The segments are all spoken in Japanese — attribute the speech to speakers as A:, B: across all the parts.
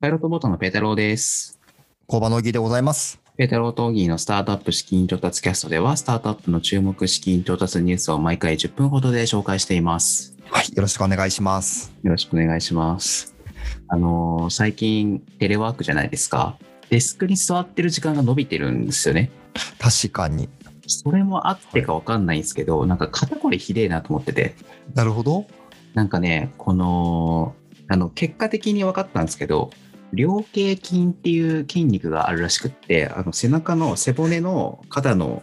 A: パイロットボートのペータローです。
B: 工場のぎでございます。
A: ペータローとオギーのスタートアップ資金調達キャストでは、スタートアップの注目資金調達ニュースを毎回10分ほどで紹介しています。
B: はい、よろしくお願いします。
A: よろしくお願いします。あのー最近テレワークじゃないですか。デスクに座ってる時間が伸びてるんですよね。
B: 確かに。
A: それもあってかわかんないんですけど、なんか肩こりひでえなと思ってて。
B: なるほど。
A: なんかね、この、あの、結果的に分かったんですけど、量形筋っていう筋肉があるらしくって、あの背中の背骨の肩の、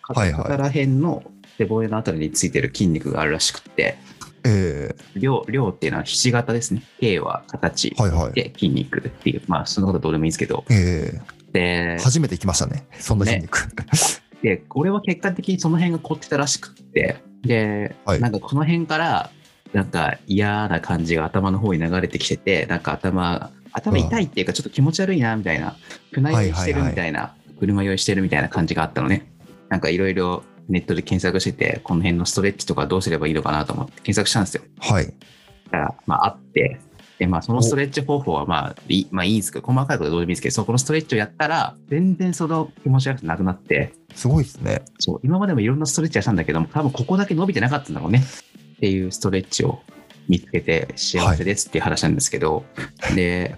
B: は
A: 肩
B: いはい
A: 肩ら辺の背骨のあたりについてる筋肉があるらしくって、
B: え
A: 量、量っていうのはひし形ですね。形は形
B: え。はいはい。
A: で筋肉っていう、まあ、そのことはどうでもいいんですけど、
B: ええ
A: で、
B: 初めて来ましたね。そんな筋肉。
A: で俺は結果的にその辺が凝ってたらしくってで、
B: はい
A: なんかこの辺からなんか嫌な感じが頭の方に流れてきててなんか頭頭痛いっていうかちょっと気持ち悪いなみたいな船酔いしてるみたいな、車酔いしてるみたいな感じがあったのねなんかいろいろネットで検索しててこの辺のストレッチとかどうすればいいのかなと思って検索したんですよ
B: はい。
A: だからまああってでまあ、そのストレッチ方法はまあいい,、まあ、いいんですけど細かいことはどうでもいいんですけどそこのストレッチをやったら全然その気持ち悪くなくなって
B: すごいですね。
A: そう、今までもいろんなストレッチはしたんだけども、多分ここだけ伸びてなかったんだろうね。っていうストレッチを見つけて幸せですっていう話なんですけど、で、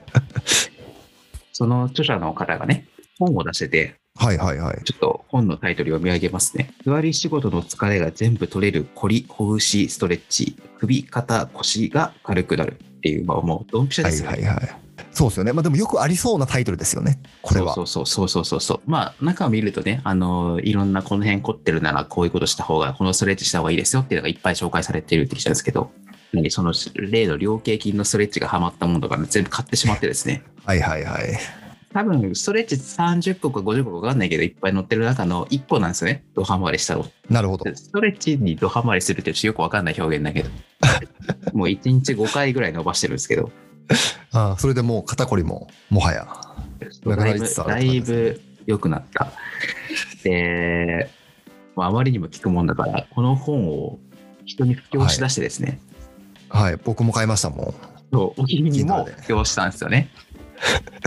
A: その著者の方がね、本を出してて、
B: はいはいはい。
A: ちょっと本のタイトル読み上げますね。座り仕事の疲れが全部取れる凝り、ほぐし、ストレッチ、首、肩、腰が軽くなるっていう、まあもうドンピシャ
B: は
A: で
B: い
A: すよね。
B: はいはい。そうですよね。まあでもよくありそうなタイトルですよね。これは。
A: そうそうそうそうそうそうそう。まあ、中を見るとね、あの、いろんなこの辺凝ってるなら、こういうことした方が、このストレッチした方がいいですよっていうのがいっぱい紹介されてるってきたんですけど、何その例の量形筋のストレッチがハマったものとか、ね、全部買ってしまってですね、
B: はいはいはい。
A: 多分ストレッチ30個か50個か分かんないけど、いっぱい載ってる中の1個なんですよね、ドハマりしたの。
B: なるほど。
A: ストレッチにドハマりするってよく分かんない表現だけど、 もう1日5回ぐらい伸ばしてるんですけど、
B: ああそれでもう肩こりも、もはや。
A: だ
B: なくないり
A: ぶ
B: つつある
A: だいぶ良くなった。で、まあ、あまりにも聞くもんだから、この本を人に布教しだしてですね、
B: はい。僕も買いましたもん。
A: そうお気に入りも
B: Kindle で
A: 布教したんですよね。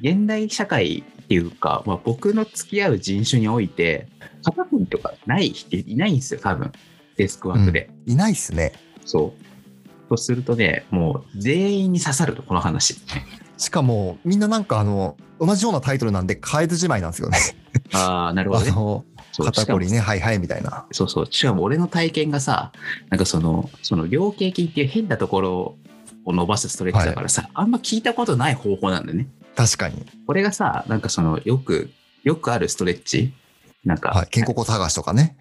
A: 現代社会っていうか、まあ、僕の付き合う人種において、肩こりとかない人いないんですよ、多分デスクワークで。
B: いないっすね。
A: そう。とするとね、もう全員に刺さると、この話。
B: しかも、みんななんかあの、同じようなタイトルなんで変えずじまいなんですよね。
A: ああ、なるほ
B: あ
A: どね。
B: の、
A: そう
B: 肩こり
A: しかも
B: ね、はいはいみたいな。
A: そうそう。しかも俺の体験がさ、なんかその、その量形筋っていう変なところを伸ばすストレッチだからさ、あんま聞いたことない方法なんだよね。
B: 確かに。
A: これがさ、なんかその、よく、よくあるストレッチなんか、
B: はい。肩甲骨剥がしとかね。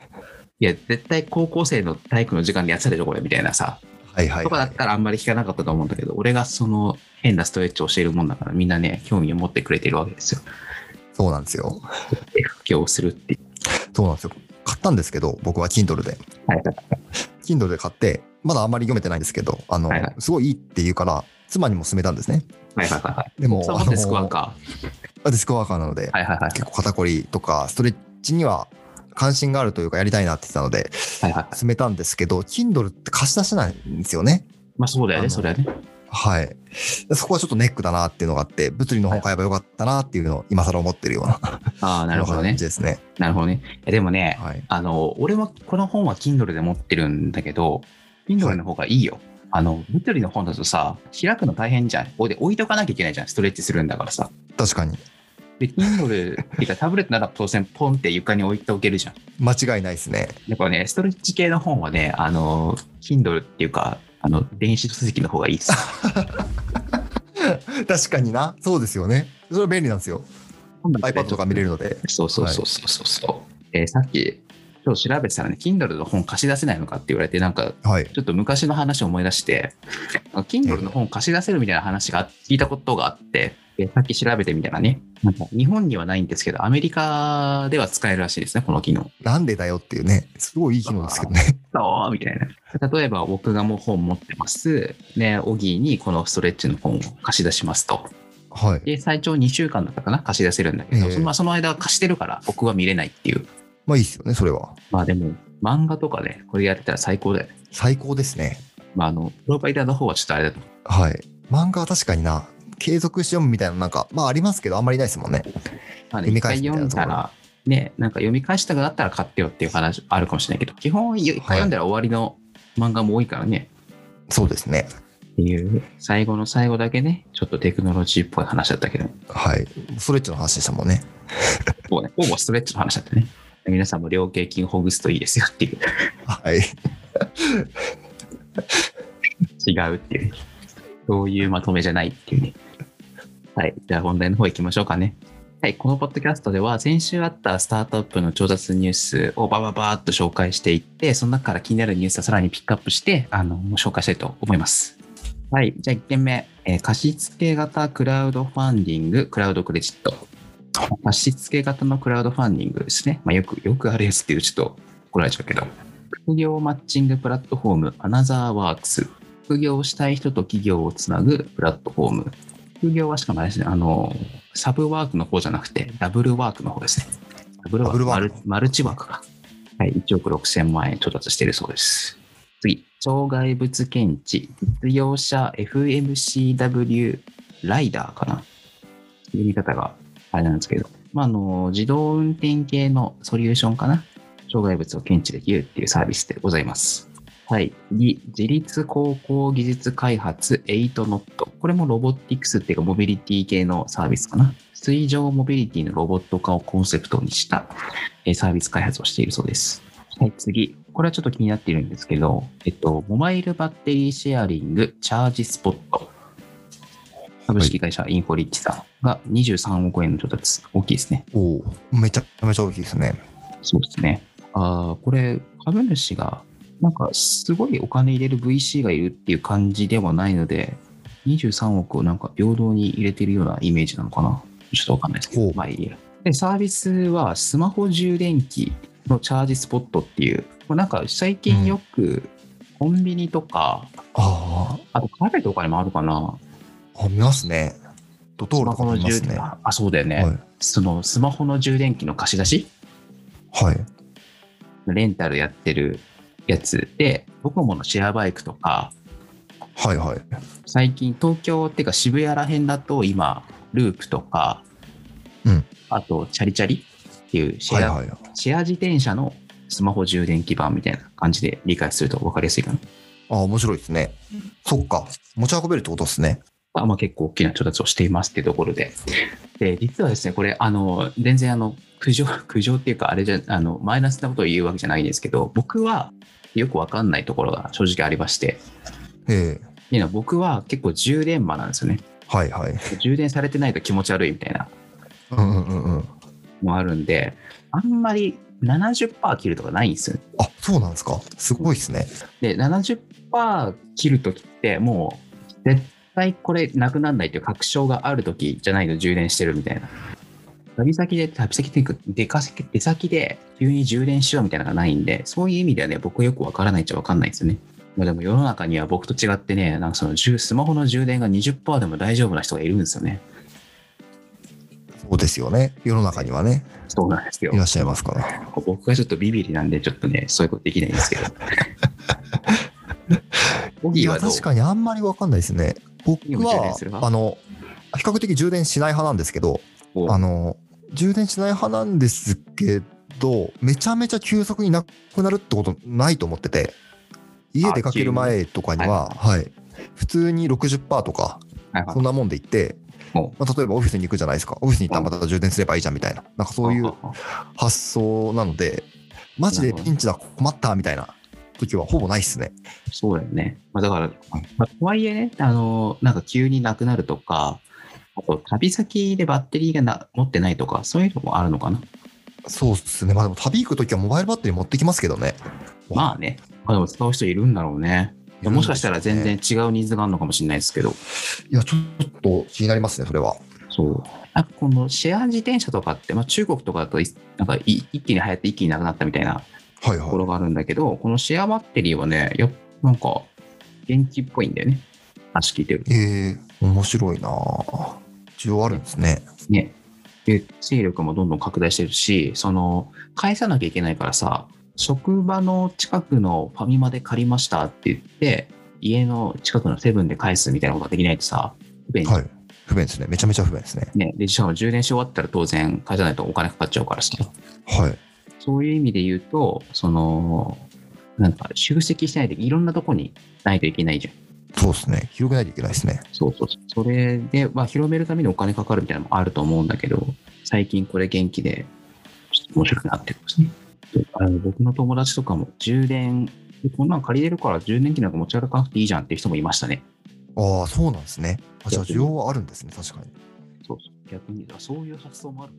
A: いや、絶対高校生の体育の時間でやってたでしょ、これ、みたいなさ。
B: はいはい、
A: とかだ
B: は
A: っ
B: い。
A: たらあんまり聞かなかったと思うんだけど、俺がその変なストレッチを教えるもんだから、みんなね、興味を持ってくれてるわけですよ。
B: そうなんですよ。
A: で、布教をするっていう。
B: そうなんですよ。買ったんですけど、僕は Kindle で。
A: はい、
B: Kindle で買って、まだあんまり読めてないんですけど、あの、
A: はいはい
B: すごいいいって言うから、妻にも勧めたんですね。
A: はい、はい、はい。
B: でも、
A: そう
B: あ
A: 思っ
B: の
A: てスコアか。
B: デスクワーカーなので、
A: はい、はい、はい。
B: 結構肩こりとか、ストレッチには関心があるというか、やりたいなって言ってたので、
A: はい、はい。
B: 勧めたんですけど、Kindle って貸し出せないんですよね。
A: まあ、そうだよ
B: あ
A: ね、
B: の
A: それはね。
B: はい。そこはちょっとネックだなっていうのがあって、物理の本買えばよかったなっていうのを今更思ってるような
A: ああ、なるほどね
B: 感じ。ですね。
A: なるほどね。えでもね、
B: はい。
A: あの、俺はこの本は Kindle で持ってるんだけど、Kindle の方がいいよ。あの、物理の本だとさ、開くの大変じゃん。これで置いとかなきゃいけないじゃん。ストレッチするんだからさ。
B: 確かに。
A: で、Kindle っていうかタブレットなら当然ポンって床に置いておけるじゃん。
B: 間違いないですね。
A: やっぱね、ストレッチ系の本はね、あの、Kindle っていうか、あの、電子書籍の方がいいです。
B: 確かにな。そうですよね。それは便利なんですよ。iPad とか見れ
A: る。
B: るので。
A: そうそうそうそうそうそう。えーさっき、今日調べてたらね、Kindle の本貸し出せないのかって言われて、なんか、
B: はい。
A: ちょっと昔の話を思い出して、あ Kindle の本貸し出せるみたいな話が聞いたことがあって、でさっき調べてみたらね、なんか日本にはないんですけど、アメリカでは使えるらしいですね、この機能。
B: なんでだよっていうね。すごいいい機能ですけどね。
A: そうみたいな。例えば僕がもう本持ってます。ね、オギーにこのストレッチの本を貸し出しますと。
B: はい。
A: で、最長2週間だったかな、貸し出せるんだけど、
B: ええ
A: そのまあその間貸してるから僕は見れないっていう。
B: まあいいですよね、それは。
A: まあでも、漫画とかね、これやってたら最高だよね。
B: 最高ですね。
A: まああの、プロバイダーの方はちょっとあれだと思う
B: はい。漫画は確かにな。継続して読むみたいな、なんか、まあありますけど、あんまりないですもんね。
A: まあね
B: 読み
A: 一回
B: 返すみたい
A: 読
B: なんとこ
A: だ
B: ろ
A: ら、ね、なんか読み返したくなったら買ってよっていう話あるかもしれないけど、基本一回読んだら終わりの漫画も多いからね、
B: そうですね。
A: っていう、最後の最後だけね、ちょっとテクノロジーっぽい話だったけど、
B: はい。ストレッチの話でしたもんね。
A: もうね、ほぼストレッチの話だったね。皆さんも両頸筋ほぐすといいですよっていう、
B: はい。
A: 違うっていう、ね、そういうまとめじゃないっていうね。はい、じゃあ本題の方行きましょうかね。はい、このポッドキャストでは先週あったスタートアップの調達ニュースをバババーっと紹介していって、その中から気になるニュースをさらにピックアップして、あの、紹介したいと思います。はい、じゃあ1件目、えー貸付型クラウドファンディング、クラウドクレジット。貸付型のクラウドファンディングですね。まあ、よく、よくあるやつっていうとちょっと怒られちゃうけど。副業マッチングプラットフォーム、アナザーワークス。副業をしたい人と企業をつなぐプラットフォーム。副業はしかもあれですね、あの、サブワークの方じゃなくて、ダブルワークの方ですね。ダブルワー
B: ダブ
A: ク、
B: ルワ
A: マ
B: ー
A: ル
B: ク
A: マルチワークか。はい、1億6000万円調達しているそうです。次、障害物検知、実用者 FMCW ライダーかな。読み方があれなんですけど、まあ、あの自動運転系のソリューションかな障害物を検知できるっていうサービスでございます。はい。次、自立高校技術開発8ノット。これもロボティクスっていうかモビリティ系のサービスかな。水上モビリティのロボット化をコンセプトにしたえーサービス開発をしているそうです。はい、次。これはちょっと気になっているんですけど、えっと、モバイルバッテリーシェアリングチャージスポット。株式会社インフォリッチさんが23億円の調達。大きいですね。
B: おお。めちゃめちゃ大きいですね。
A: そうですね。ああ、これ、株主が、なんか、すごいお金入れる VC がいるっていう感じではないので、23億をなんか平等に入れてるようなイメージなのかな。ちょっとわかんないですけ
B: ほ
A: ど
B: う、
A: まあいいや。で、サービスはスマホ充電器のチャージスポットっていう、まあ、なんか最近よくコンビニとか、
B: あ
A: あとカフェとかにもあるかな。
B: あ。あ、見ますね。ドトー
A: ス
B: ル
A: マ
B: とか
A: ホの
B: 見ま
A: 充
B: すね。
A: 電、
B: は
A: あ、そうだよね、
B: い。
A: そのスマホの充電器の貸し出し
B: はい。
A: レンタルやってるやつで、ドコモのシェアバイクとか、
B: はいはい。
A: 最近東京っていうか渋谷ら辺だと今、ループとか、
B: うん
A: あとチャリチャリっていうシェ
B: はい
A: ア、
B: はい。
A: シェア自転車のスマホ充電器版みたいな感じで理解すると分かりやすいかな。
B: ああ、面白いですね。そっか。持ち運べるってことですね。
A: まあ、まあ結構大きな調達をしていますっていうところで。で、実はですね、これ、あの、全然、あの、苦情、 苦情っていうか、あれじゃ、あの、マイナスなことを言うわけじゃないんですけど、僕はよくわかんないところが正直ありまして、
B: ええ
A: っていうのは僕は結構充電魔なんですよね。
B: はいはい。
A: 充電されてないと気持ち悪いみたいな
B: うんうんうんうん。
A: のもあるんで、あんまり70%切るとかないんですよ。
B: あ、そうなんですか。すごいですね。
A: で、70%切るときって、もう絶対これなくならないという確証があるときじゃないと充電してるみたいな。旅先で、旅先っていうか、出かせ出先で急に充電しようみたいなのがないんで、そういう意味ではね、僕よくわからないっちゃわかんないんですよね。まあ、でも世の中には僕と違ってね、なんかその充スマホの充電が20%でも大丈夫な人がいるんですよね。
B: そうですよね。世の中にはね、
A: そうなんですよ
B: い。らっしゃいますから。
A: 僕がちょっとビビりなんで、ちょっとね、そういうことできないん ですけど。ボ
B: い
A: ギー
B: や、
A: はどう
B: 確かにあんまりわかんないですね。僕
A: いいよ充電する
B: は、
A: 派
B: あの、比較的充電しない派なんですけど、
A: こう
B: あの、充電しない派なんですけど、めちゃめちゃ急速になくなるってことないと思ってて、家
A: あ
B: 出かける前とかには、はい、普通に60%とか、
A: はいはい
B: そんなもんで行って、
A: お
B: まあ、例えばオフィスに行くじゃないですか、オフィスに行ったらまた充電すればいいじゃんみたいな、なんかそういう発想なので、マジでピンチだ、困ったみたいな時はほぼないっすね。
A: そうだよね。まあ、だから、まあ、とはいえね、あの、なんか急になくなるとか、あと旅先でバッテリーがな持ってないとか、そういうのもあるのかな。
B: そうっすね。まあでも旅行く時はモバイルバッテリー持ってきますけどね。
A: まあね、まあ、でも使う人いるんだろうね。もしかしたら全然。違うニーズがあるのかもしれないですけど、
B: いや、ちょっと気になりますね、それは。
A: そう。なんかこのシェア自転車とかって、まあ、中国とかだとい、なんかい一気に流行って一気になくなったみたいな
B: はい
A: とこ
B: は
A: ろがあるんだけど、このシェアバッテリーはね、やっなんか元気っぽいんだよね。話聞いてると
B: い。えー、面白いなあ需要あるんですね。
A: ね。で、勢力もどんどん拡大してるし、その、返さなきゃいけないからさ、職場の近くのファミマで借りましたって言って、家の近くのセブンで返すみたいなことができないとさ、不便じゃん
B: はい。不便ですね。めちゃめちゃ不便ですね。
A: ね、で、しかも充電し終わったら当然返さないとお金かかっちゃうからさ。
B: はい。
A: そういう意味で言うと、その、なんか集積しないでいろんなとこにないといけないじゃん。
B: そうですね。広げないといけないですね。
A: そうそうそう。それで、まあ、広めるためにお金かかるみたいなのもあると思うんだけど、最近これ元気で、ちょっと面白くなってるんですね。あの僕の友達とかも充電、こんなん借りれるから充電器なんか持ち歩かなくていいじゃんっていう人もいましたね。
B: ああ、そうなんですね。あじゃあ需要はあるんですね。確かに。
A: そうそう。逆に、あそういう発想もある。